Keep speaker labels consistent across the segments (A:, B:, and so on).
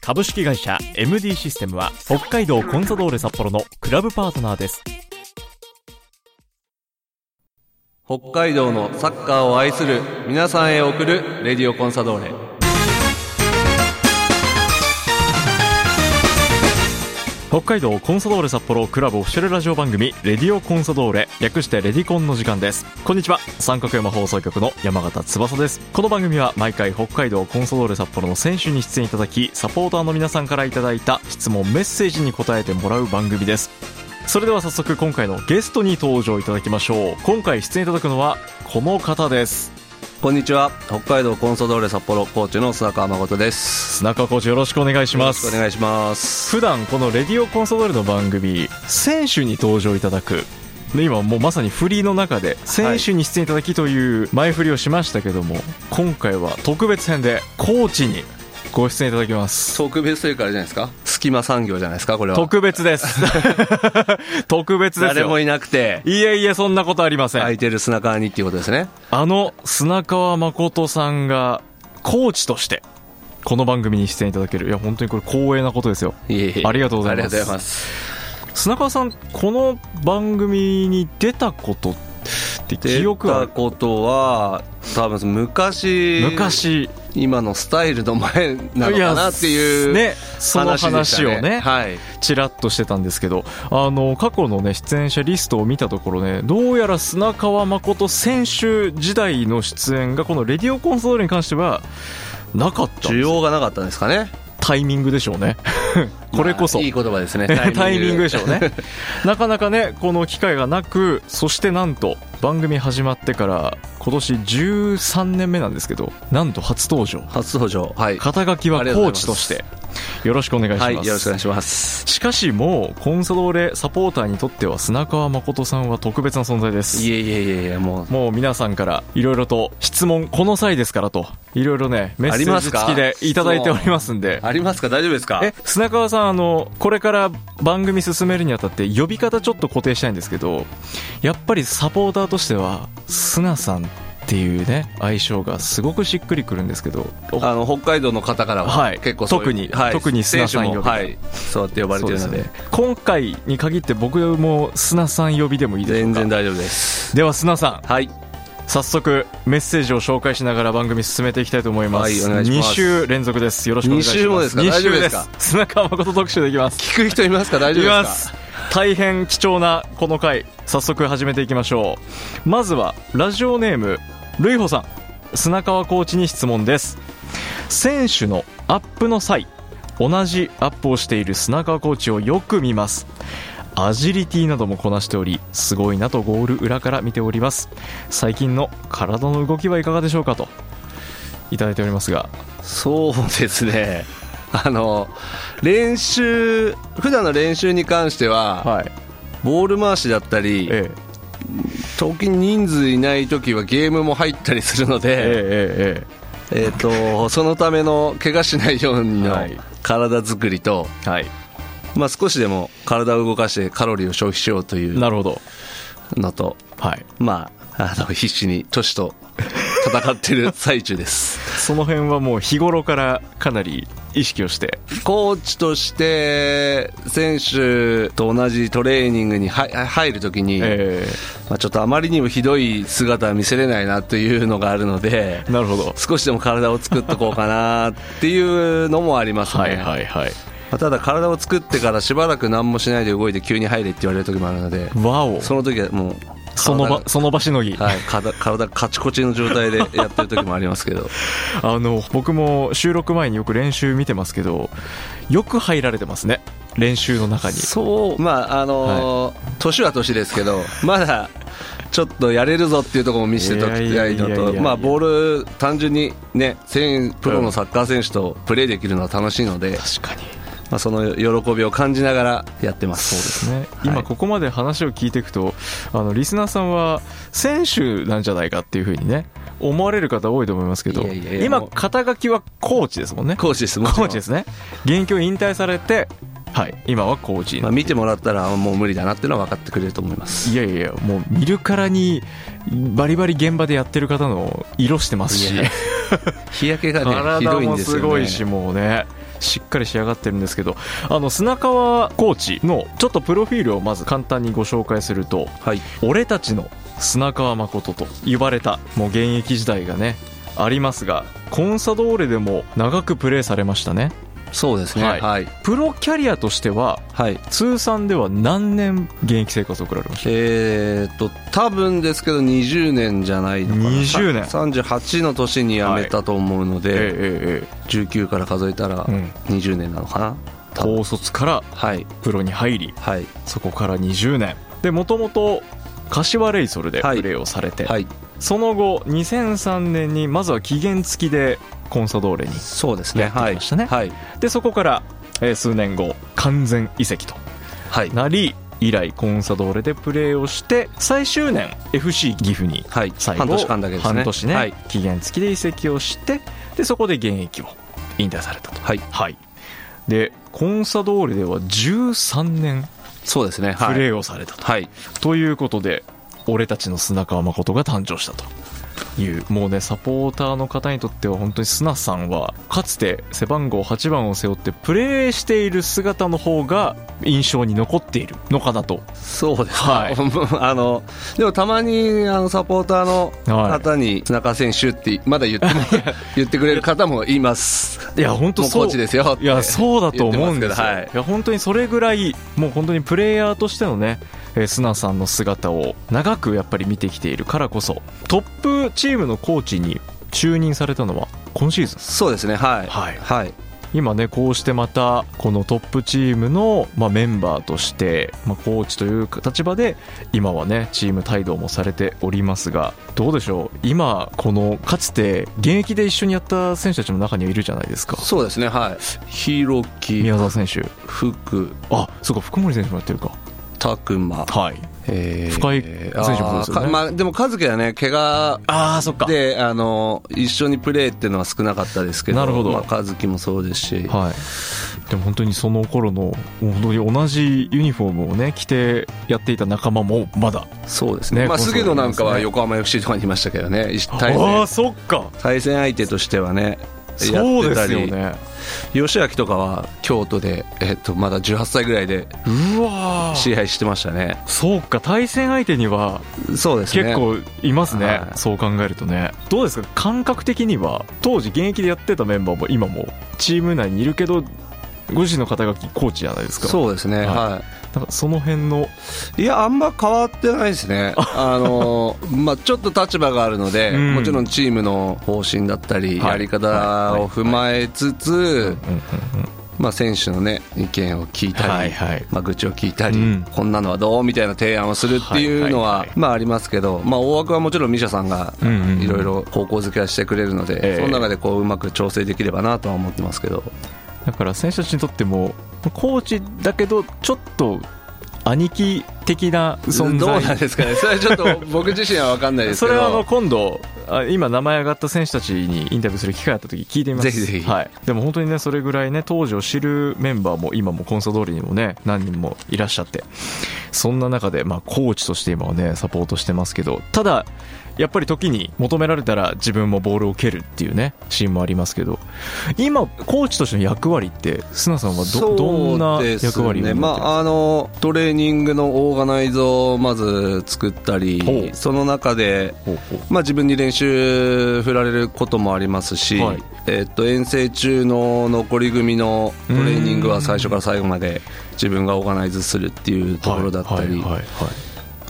A: 株式会社 MD システムは北海道コンサドーレ札幌のクラブパートナーです
B: 北海道のサッカーを愛する皆さんへ送るレディオコンサドーレ
A: 北海道コンサドーレ札幌クラブオフィシャルラジオ番組「レディオコンサドーレ」略して「レディコン」の時間ですこんにちは三角山放送局の山形翼ですこの番組は毎回北海道コンサドーレ札幌の選手に出演いただきサポーターの皆さんからいただいた質問メッセージに答えてもらう番組ですそれでは早速今回のゲストに登場いただきましょう今回出演いただくのはこの方です
B: こんにちは北海道コンサドーレ札幌コーチの須坂誠です
A: 砂川コーチよろしくお願いします
B: よろしくお願いします
A: 普段このレディオコンソドールの番組選手に登場いただくで今もうまさにフリーの中で選手に出演いただきという前振りをしましたけども、今回は特別編でコーチにご出演いただきます
B: 特別というからじゃないですか隙間産業じゃないですかこれは
A: 特別です 特別です
B: 誰
A: よ
B: も
A: い
B: いなくて
A: えいえそんなことありません、
B: 空いてる砂川にっていうことですね
A: あの砂川誠さんがコーチとしてこの番組に出演いただけるいや本当にこれ光栄なことですよ
B: いえいえ
A: ありがとうございます
B: ありがとうございます
A: 砂川さんこの番組に出たことって
B: 出
A: 記憶
B: た
A: は
B: ことは多分昔
A: 昔
B: 今のスタイルの前なのかなっていう
A: ねその
B: 話でし
A: 話
B: た
A: をね
B: はい
A: ちらっとしてたんですけどあの過去のね出演者リストを見たところねどうやら砂川誠選手時代の出演がこの「レディオコンソール」に関してはなかった
B: 需要がなかったんですかね
A: タイミングでしょうね これこそ、
B: まあいい言葉で すね
A: タイミングでしょう ねなかなかねこの機会がなくそしてなんと番組始まってから今年13年目なんですけどなんと初登場
B: 初登場はい
A: 肩書きはコーチとしてよろしくお願いします、
B: はいよろしくお願いします
A: しかしもうコンサドーレサポーターにとっては砂川誠さんは特別な存在です
B: いえいえいえいえもう
A: もう皆さんからいろいろと質問この際ですからといろいろねメッセ
B: あり
A: ー
B: ま
A: ジ
B: すか
A: 付きでいただいておりますんで
B: ありますか大丈夫ですか
A: え砂川さんあのこれから番組進めるにあたって呼び方ちょっと固定したいんですけどやっぱりサポーターとしては砂さんっていうね愛称がすごくしっくりくるんですけど
B: あの北海道の方からは、
A: はい
B: 結構そういう
A: 特に
B: はい、
A: 特に砂
B: 選手
A: さん呼
B: も、
A: び
B: はい、そうやって呼ばれてる
A: そ
B: の
A: う
B: で
A: ですね今回に限って僕も砂さん呼びでもいいでしょ
B: 全
A: うか
B: 然大丈夫です
A: では砂さん
B: はい
A: 早速メッセージを紹介しながら番組進めていきたいと思います,、
B: はいお願いします
A: 2週連続ですよろしくお願いします
B: 二週もですか
A: 二
B: 大丈
A: 週
B: 夫
A: で
B: ですすか
A: 砂川誠特集でいきます
B: 聞く人いますか大丈
A: い
B: 夫
A: ま
B: です
A: す大変貴重なこの回早速始めていきましょうまずはラジオネームるいほさん砂川コーチに質問です選手のアップの際同じアップをしている砂川コーチをよく見ますアジリティなどもこなしておりすごいなとゴール裏から見ております最近の体の動きはいかがでしょうかといただいておりますが
B: かそうですねあの練習普段の練習に関しては、
A: はい
B: ボール回しだったり、
A: ええ
B: 時に人数いない時はゲームも入ったりするの
A: ええ
B: で、
A: えええ
B: えー、とそのための怪我しないようにの
A: はい
B: 体作りと、
A: えはい
B: まあ、少しでも体を動かしてカロリーを消費しようという
A: なるほど
B: のと、
A: はい
B: まあ、あの必死に都市と戦ってる最中です
A: その辺はもう日頃からかなり意識をして
B: コーチとして選手と同じトレーニングに入入るときに、
A: え
B: まあ、ちょっとあまりにもひどい姿は見せれないなというのがあるので
A: ー、なるほど
B: 少しでも体を作っとこうかなっていうのもありますね、
A: はいはいはい
B: まあただ体を作ってからしばらく何もしないで動いて急に入れって言われる時もあるので
A: わお
B: その時はもう
A: その場
B: 体
A: その場しのぎ、
B: がはい、体体カチコチの状態でやってる時もありますけど
A: あの僕も収録前によく練習見てますけどよく入られてますね練習の中に
B: そうまああのー年は年ですけどまだちょっとやれるぞっていうところも見せておきたい
A: いやいやいや
B: の
A: いやい
B: と
A: や
B: まあボール単純にねせんプロのサッカー選手とプレーできるのは楽しいので、
A: 確かに
B: まあ、その喜びを感じながらやってます
A: そうですね、
B: い
A: 今ここまで話を聞いていくとあのリスナーさんは選手なんじゃないかっていうふうにね思われる方多いと思いますけど
B: いやいやいや
A: 今
B: もう
A: 肩書きはコーチですもんねコ
B: コーチですもちろん
A: ーチですね現役を引退されてはい今はコーチ
B: まあ、見てもらったらもう無理だなっていうのは分かってくれると思います
A: いやいやいやもう見るからにバリバリ現場でやってる方の色してますし
B: いや日焼けがねひ
A: 体
B: どいん
A: も
B: ですよ、
A: す
B: ね、
A: ごいしもうねしっかり仕上がってるんですけどあの砂川コーチのちょっとプロフィールをまず簡単にご紹介すると
B: はい
A: 俺たちの砂川誠と呼ばれたもう現役時代がねありますがコンサドーレでも長くプレーされましたね
B: そうですね
A: は
B: はいいはい、
A: プロキャリアとしては通算では何年現役生活を送られました
B: えーっと多分ですけど20年じゃないのかな
A: 20年
B: さ38の年に辞めたと思うので、
A: えええ
B: 19から数えたら
A: うん
B: 20年なのかな、多分
A: 高卒から
B: はい
A: プロに入り
B: はい
A: そこから20年でもともと柏レイソルで
B: はい
A: プレーをされて、
B: はい
A: その後2003年にまずは期限付きでコンサドーレに
B: そうですね
A: やって
B: は
A: き
B: い
A: ましたね
B: はい
A: でそこから、えー数年後完全移籍と
B: はい
A: なり以来コンサドーレでプレーをして最終年 FC 岐阜に
B: はい
A: 最後
B: 半年間だけですね
A: 半年ね
B: はい、
A: 期限付きで移籍をしてでそこで現役を引退されたと
B: はい、
A: はいでコンサドーレでは13年
B: そうですね
A: プ
B: はい
A: レーをされたと、
B: はい
A: ということで俺たちの砂川誠が誕生したというもうねサポーターの方にとっては本当に砂さんはかつて背番号8番を背負ってプレーしている姿の方が印象に残っているのかなと
B: そうです、
A: はい
B: あのでもたまにあのサポーターの
A: はい
B: 方に「砂川選手」ってまだ言っ ても言ってくれる方もいます
A: いや本当
B: もう
A: そう
B: コーチですよって
A: いやそうだと思うんですよ
B: 言ってますけどはい
A: いや本当にそれぐらいもう本当にプレイヤーとしてのねえー砂さんの姿を長くやっぱり見てきているからこそトップチームのコーチに就任されたのは今シーズン
B: そうですねはい
A: はい
B: はい、
A: 今ねこうしてまたこのトップチームの、まあ、メンバーとして、まあ、コーチという立場で今はねチーム帯同もされておりますがどうでしょう今このかつて現役で一緒にやった選手たちの中にはいるじゃないですか
B: そうですねはい弘樹
A: 宮沢選手
B: 福
A: あそうか福森選手もやってるか
B: 拓磨、
A: はい
B: え
A: 深井選手もそうですよね
B: あーかまあ、でも和樹はね怪我
A: ああそっか
B: であの一緒にプレーっていうのは少なかったですけど
A: なるほど
B: まあ、和樹もそうですし、
A: はい、でも本当にその頃のもう本当に同じユニフォームをね着てやっていた仲間もまだ
B: そうですね
A: ね
B: まあ、
A: コンソメ
B: 菅野なんか
A: です
B: は
A: ね
B: 横浜 FC とかにいましたけどね一対
A: あ
B: 戦
A: あそっか
B: 対戦相手としてはねやっ
A: そう
B: て
A: で
B: た
A: すよ
B: り、
A: ね
B: 吉明とかは京都で、えっと、まだ18歳ぐらいで
A: うわー
B: 試合してましたね
A: そうか対戦相手には
B: そうですね
A: 結構いますね
B: はい
A: そう考えるとねどうですか感覚的には当時現役でやってたメンバーも今もチーム内にいるけどご自身の肩書きコーチじゃないですか
B: そうですね
A: はい
B: は
A: なんかその辺の
B: い、い、やあんま変わってないですねあの、 まあ、ちょっと立場があるので、
A: うん
B: もちろんチームの方針だったり、
A: はい
B: やり方を踏まえつつ、まあ、選手のね意見を聞いたり、
A: はいはい
B: まあ、愚痴を聞いたり、
A: うん
B: こんなのはどうみたいな提案をするっていうのは、
A: はいはいはい
B: まあ、ありますけど、まあ、大枠はもちろんミシャさんが
A: うんうんうん
B: いろいろ方向づけはしてくれるので、
A: ええ
B: その中でこううまく調整できればなとは思ってますけど
A: だから選手たちにとってもコーチだけどちょっと兄貴的な存在
B: どうなんですかね それはちょっと僕自身は分かんないです
A: そ
B: け
A: れはあの
B: ど。
A: 今度あ今名前上がった選手たちにインタビューする機会あった時聞いてみます
B: ぜひぜひ
A: はい、でも本当にねそれぐらいね当時を知るメンバーも今もコンサドーレにもね何人もいらっしゃってそんな中でまあコーチとして今はねサポートしてますけどただやっぱり時に求められたら自分もボールを蹴るっていうねシーンもありますけど今コーチとしての役割ってスナさんはど,、どんな
B: そうです
A: 役割を持って
B: ね、
A: る
B: まあ、あのトレーニングのオーガナイズをまず作った
A: ほ
B: り
A: う
B: その中で
A: ほうほう
B: まあ、自分に練習振られることもありますし、
A: はい
B: えっと遠征中の残り組のトレーニングは最初から最後まで自分がオーガナイズするっていうところだったり、
A: はいはいはいはい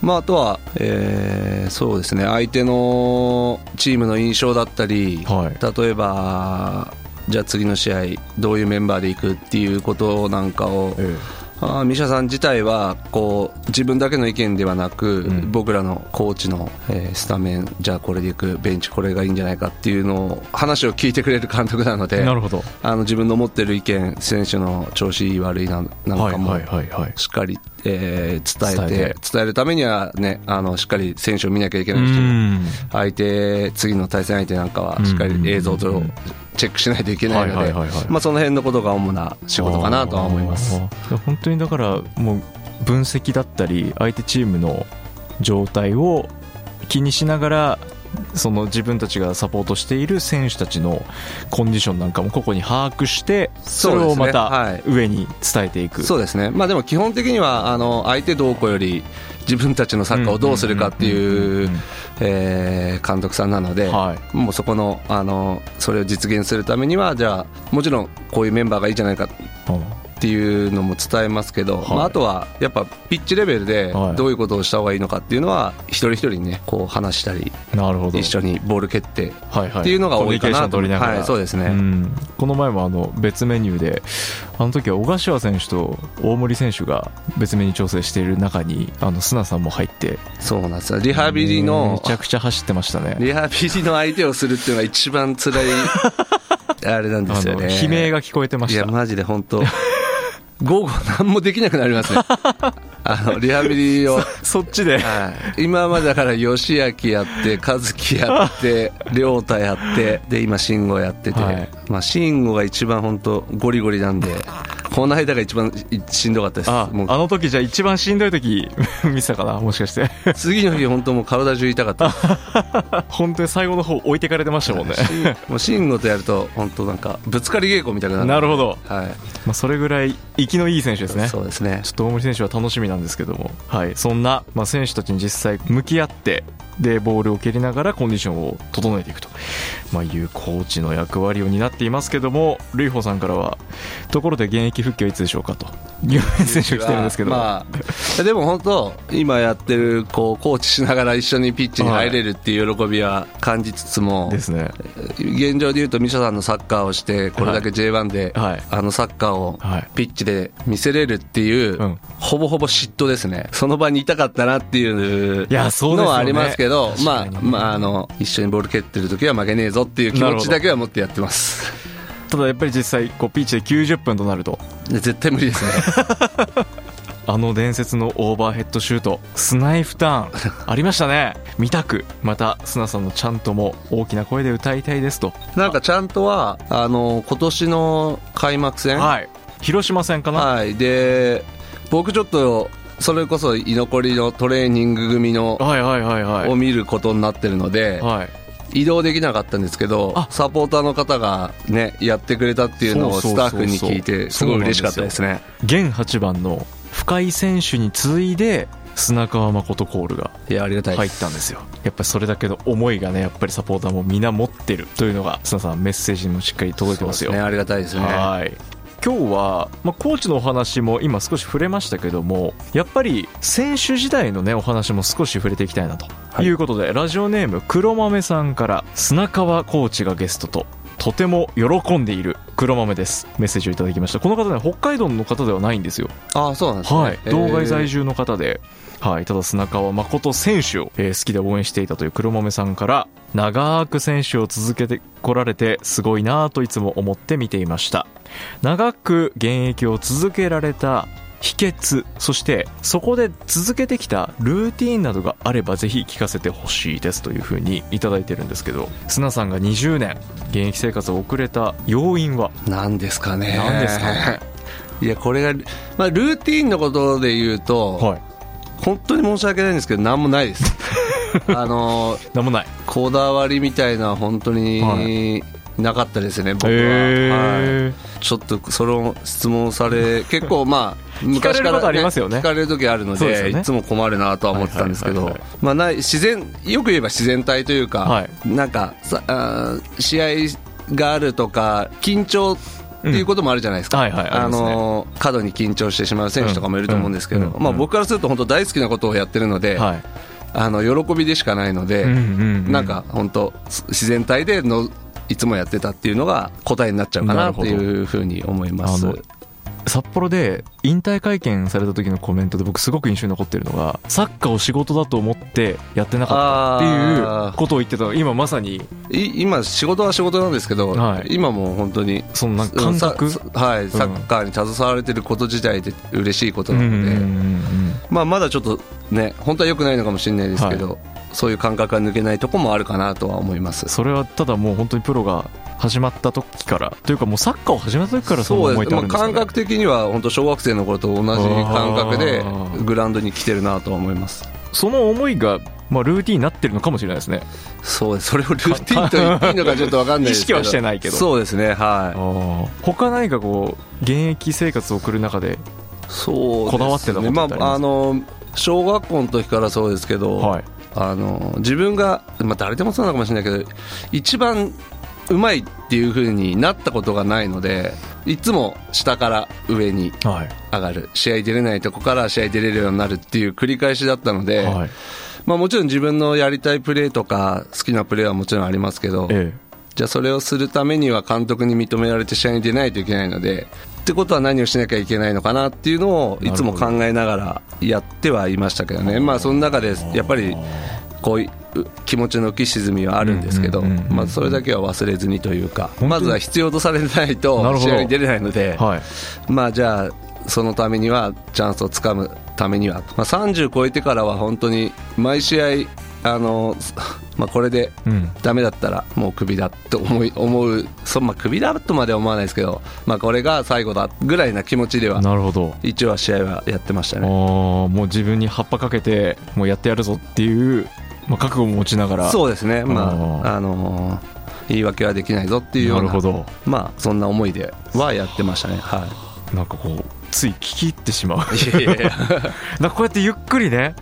B: まあ、あとは、えーそうですね相手のチームの印象だったり、
A: はい
B: 例えばじゃあ次の試合どういうメンバーで行くっていうことなんかを
A: え
B: あーミシャさん自体はこう自分だけの意見ではなく、
A: ん
B: 僕らのコーチの、えースタメンじゃあこれでいくベンチこれがいいんじゃないかっていうのを話を聞いてくれる監督なので
A: なるほど
B: あの自分の持ってる意見選手の調子いい悪いななんかも、
A: はいはい
B: しっかり、えー伝えて
A: 伝え
B: 伝え
A: て
B: るためには、ね、あのしっかり選手を見なきゃいけ
A: う
B: ないし
A: ん
B: 相手次の対戦相手なんかはしっかり映像
A: うんうん
B: と
A: うん
B: チェックしないといけないの
A: はい
B: で
A: はいはいはい
B: まあその辺のことが主な仕事かなとは思います
A: あ。ー本当にだからもう分析だったり相手チームの状態を気にしながらその自分たちがサポートしている選手たちのコンディションなんかも個々に把握してそれ
B: そうで
A: を
B: すね
A: ま
B: は
A: た
B: い
A: 上に伝えていく
B: そうですね、まあ、でも基本的にはあの相手どうこうより自分たちのサッカーをどうするかって
A: うんうんうんうんう
B: い
A: ん
B: うえー監督さんなので、
A: はい
B: もうそこのあのそれを実現するためにはじゃあもちろんこういうメンバーがいいじゃないかっていうのも伝えますけど、
A: はい
B: まあ、あとはやっぱピッチレベルで
A: はい
B: どういうことをした方がいいのかっていうのは一人一人にねこう話したり
A: なるほど
B: 一緒にボール蹴って
A: はいはい、
B: っていうのが多いか
A: コミュニケー
B: な
A: ション取りながら、
B: はいそうですね
A: んこの前もあの別メニューであの時は小柏選手と大森選手が別メニュー調整している中にあの砂さんも入って
B: そうなんですよリハビリ
A: め
B: の
A: ちゃくちゃ走ってましたね
B: リハビリの相手をするっていうのが一番辛 いあれなんで
A: あ
B: すよ
A: の
B: ね
A: 悲鳴が聞こえてま
B: い
A: し
B: や
A: た
B: マジで本 当午後何もできなくなりますねあのリハビリを
A: そっちで
B: はい、今までだから吉明やって和樹やって亮太やってで今慎吾やってて、
A: はい
B: まあ慎吾が一番本当ゴリゴリなんでこの間が一番いしんどかったです
A: ああ
B: もう
A: の時じゃあ一番しんどい時 見てたかなもしかして
B: 次の日本当もう体中痛かったです
A: 本当に最後の方置いてかれてました もんね
B: もう慎吾とやると本当なんかぶつかり稽古みたいになる
A: なるほど、
B: はい
A: まあ、それぐらい生きのいい選手ですね
B: そうですね
A: ちょっと大森選手は楽しみなんですけども、はい、そんな、まあ、選手たちに実際向き合ってでボールを蹴りながらコンディションを整えていくと、まあ、いうコーチの役割を担っていますけども瑠ホさんからはところで現役復帰はいつでしょうかという 選手が来てるんですけど、
B: まあ、でも本当今やってるこうコーチしながら一緒にピッチに入れるっていう喜びは感じつつも、
A: ですね
B: 現状でいうとミシャさんのサッカーをしてこれだけ J1 で、
A: はい
B: あのサッカーを
A: はい
B: ピッチで見せれるっていう、
A: うん
B: ほぼほぼ嫉妬ですねその場にいたかったなっていう
A: いやそうですよね
B: のはありますけど
A: 確
B: ま
A: か
B: あ
A: にね
B: まああの一緒にボール蹴ってる時は負けねえぞっていう気
A: なるほ
B: 持
A: ど
B: ちだけは持ってやってます
A: ただやっぱり実際こうピッチで90分となると
B: で絶対無理ですね
A: あの伝説のオーバーヘッドシュートスナイフタ ーンありましたね見たくまた砂さんのちゃんとも大きな声で歌いたいですと
B: なんかちゃんとはあの今年の開幕戦
A: はい広島戦かな、
B: はい、で僕ちょっとそれこそ居残りのトレーニング組の
A: はいはいはいはい
B: を見ることになってるので、
A: はい、
B: 移動できなかったんですけど
A: あ
B: サポーターの方がねやってくれたっていうのを
A: そう
B: ス
A: そう
B: タ
A: そ
B: ッ
A: うそう
B: フに聞いてすごい嬉しかったですね
A: 現8番の深井選手に次いで砂川誠コールが
B: いやありがたい
A: 入
B: で
A: っ
B: す、
A: たんですよやっぱりそれだけの思いがねやっぱりサポーターも皆持ってるというのが砂さんメッセージにもしっかり届いてますよ
B: そうですねありがたいですね
A: はい今日は、まあ、コーチのお話も今少し触れましたけどもやっぱり選手時代のねお話も少し触れていきたいなと
B: はい
A: いうことで、ラジオネーム黒豆さんから砂川コーチがゲストととても喜んでいる黒豆ですメッセージをいただきましたこの方ね北海道の方ではないんですよ
B: ああそうなんですね、
A: はい、道外在
B: 住
A: 住の方で、はい、ただ砂川誠選手を、えー好きで応援していたという黒豆さんから長く選手を続けてこられてすごいなぁといつも思って見ていました長く現役を続けられた秘訣そしてそこで続けてきたルーティーンなどがあればぜひ聞かせてほしいですというふうにいただいてるんですけど砂さんが20年現役生活を送れた要因は
B: なんですかね
A: 何ですかね
B: いやこれが、まあ、ルーティンのことで言うと、
A: はい
B: 本当に申し訳ないんですけど何 もないですあの
A: 何もない
B: こだわりみたいな本当
A: は
B: になかったですね、僕は、はい
A: へー
B: ちょっとその質問さ れ結構ま
A: か
B: あ
A: れ
B: 昔
A: る
B: か
A: ことあ
B: ら、
A: りますよね
B: 聞かれる時あるの
A: そうですよ
B: で
A: ね
B: いつも困るなとは思ってたんですけ
A: はい
B: ど
A: はいはい
B: まあない自然よく言えば自然体というか、
A: はい
B: なんかさあー試合があるとか緊張っていうこともあるじゃないですか、
A: うんはいはいあり
B: あ
A: ますね
B: の過度に緊張してしまう選手とかもいると思うんですけど、
A: うんうん
B: まあ、僕からすると本当大好きなことをやってるので、
A: はい
B: あの喜びでしかないので、
A: うんうんうん
B: なんか本当自然体でのいつもやってたっていうのが答えになっちゃうかなっていうふうに思いま
A: あ
B: す
A: の札幌で引退会見された時のコメントで僕すごく印象に残ってるのがサッカーを仕事だと思ってやってなかったって
B: あ
A: いう
B: ー
A: ことを言ってたの今まさに
B: い今仕事は仕事なんですけど、
A: はい
B: 今もう本当に
A: そのなんか感覚
B: ささはい、サッカーに携われてること自体で嬉しいことなので、まあ、まだちょっとね本当は良くないのかもしれないですけど、そういう感覚が抜けないとこもあるかなとは思います
A: それはただもう本当にプロが始まった時からというかもうサッカーを始めた時からその
B: そう
A: 思いって
B: です、
A: あ
B: ま
A: る
B: あ、
A: んですか、
B: 感
A: ね、
B: 覚的には本当小学生の頃と同じ感覚で
A: あー
B: グラウンドに来てるなとは思います
A: その思いが、まあ、ルーティンになってるのかもしれないですね
B: そうですそれをルーティンと言っていいのかちょっと分かんないですけど
A: 意識はしてないけど
B: そうですねはい
A: 他何かこう現役生活を送る中で、
B: そうですね
A: こだわってたことってありますか
B: まあ、あの小学校の時からそうですけど、
A: はい、
B: あの自分が、まあ、誰でもそうなのかもしれないけど一番うまいっていう風になったことがないのでいつも下から上に
A: はい
B: 上がる試合出れないとこから試合出れるようになるっていう繰り返しだったので、
A: はい
B: まあ、もちろん自分のやりたいプレーとか好きなプレーはもちろんありますけど、
A: え
B: じゃあそれをするためには監督に認められて試合に出ないといけないのでってことは何をしなきゃいけないのかなっていうのをいつも考えながらやってはいましたけどねまあその中でやっぱりこういう気持ちの浮き沈みはあるんですけど
A: うんうんうんうん
B: まあそれだけは忘れずにというか
A: に
B: まずは必要とされない
A: なる
B: と
A: ほど
B: 試合に出れないの
A: え
B: で
A: はい
B: まあじゃあそのためにはチャンスをつかむためには、まあ、30超えてからは本当に毎試合あの、まあ、これで
A: うん
B: ダメだったらもうクビだと思い思うそ、まあ、クビだとまでは思わないですけど、まあ、これが最後だぐらいな気持ちでは
A: なるほど
B: 一応は試合はやってました
A: あ
B: ね
A: ーもう自分に葉っぱかけてもうやってやるぞっていう、まあ、覚悟も持ちながら
B: そうですねま
A: おー
B: ああのー言い訳はできないぞっていうよ
A: な
B: う
A: る
B: な
A: ほど
B: まあそんな思いではやってましたねは
A: なんかこうつい聞き入ってし まう
B: いいやいやいや
A: なんかこうやってゆっくりね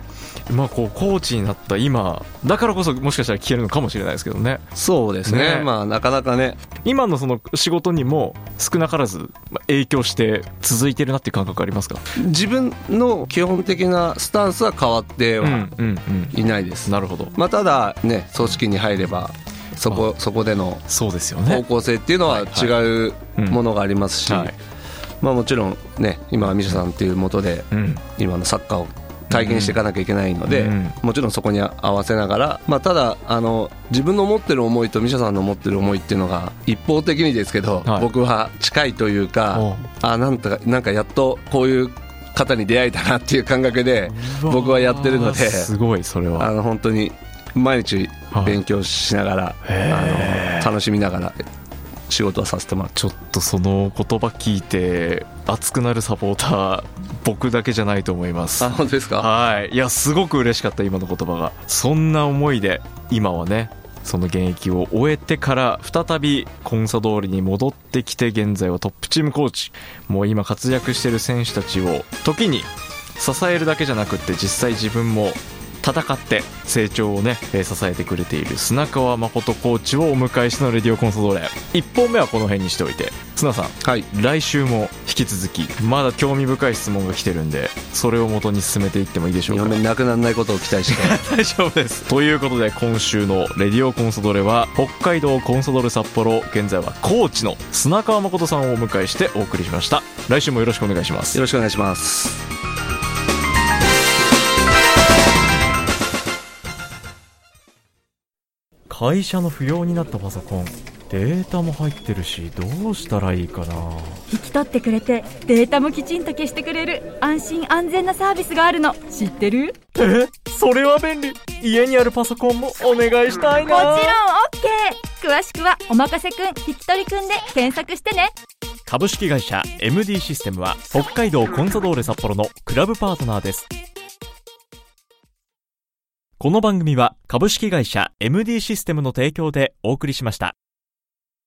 A: まあこうコーチになった今だからこそもしかしたら聞けるのかもしれないですけどね
B: そうですね
A: ね
B: まあなかなかね
A: 今のその仕事にも少なからずまあ影響して続いてるなっていう感覚ありますか
B: 自分の基本的なスタンスは変わって
A: うんう
B: は
A: んうん
B: いないです、
A: なるほど
B: まあ、ただね組織に入ればそこそこでの
A: そうですよ
B: 方
A: ね
B: 向性っていうのは違
A: いう
B: うんものがありますし、
A: はい
B: まあ、もちろんね今はミシャさんっていうもとで
A: うん
B: 今のサッカーを体現していかなきゃいけないので、
A: うん
B: もちろんそこに合わせながら、まあ、ただあの自分の持ってる思いとミシャさんの持ってる思いっていうのが一方的にですけど、
A: はい
B: 僕は近いという
A: おう
B: かあなんとかなんかやっとこういう方に出会えたなっていう感覚で僕はやってるの
A: う
B: で
A: わーすごいそれ
B: あ
A: は
B: の本当に毎日勉強しながら、
A: へー
B: あの楽しみながら仕事はさせてもらって
A: ちょっとその言葉聞いて熱くなるサポーター僕だけじゃないと思います
B: あ本当ですか
A: はいいやすごく嬉しかった今の言葉がそんな思いで今はねその現役を終えてから再びコンサドーレに戻ってきて現在はトップチームコーチもう今活躍してる選手たちを時に支えるだけじゃなくって実際自分も戦って成長をねえー支えてくれている砂川誠コーチをお迎えしてのレディオコンサドーレ1本目はこの辺にしておいて砂さん
B: はい
A: 来週も引き続きまだ興味深い質問が来てるんでそれを元に進めていってもいいでしょう
B: 嫁
A: か
B: なくならないことを期 待して
A: 大丈夫ですということで今週の「レディオコンソドレ」は北海道コンソドレ札幌現在は高知の砂川誠さんをお迎えしてお送りしました来週もよろしくお願いします
B: よろしくお願いします
A: 会社の不要になったパソコンデータも入ってるしどうしたらいいかな
C: 引き取ってくれてデータもきちんと消してくれる安心安全なサービスがあるの知ってる
A: えそれは便利家にあるパソコンもお願いしたい
C: もちろん OK 詳しくは「おまかせくん引き取りくん」で検索してね
A: 株式会社 MD システムは北海道コンサドーレ札幌のクラブパートナーですこの番組は株式会社 MD システムの提供でお送りしました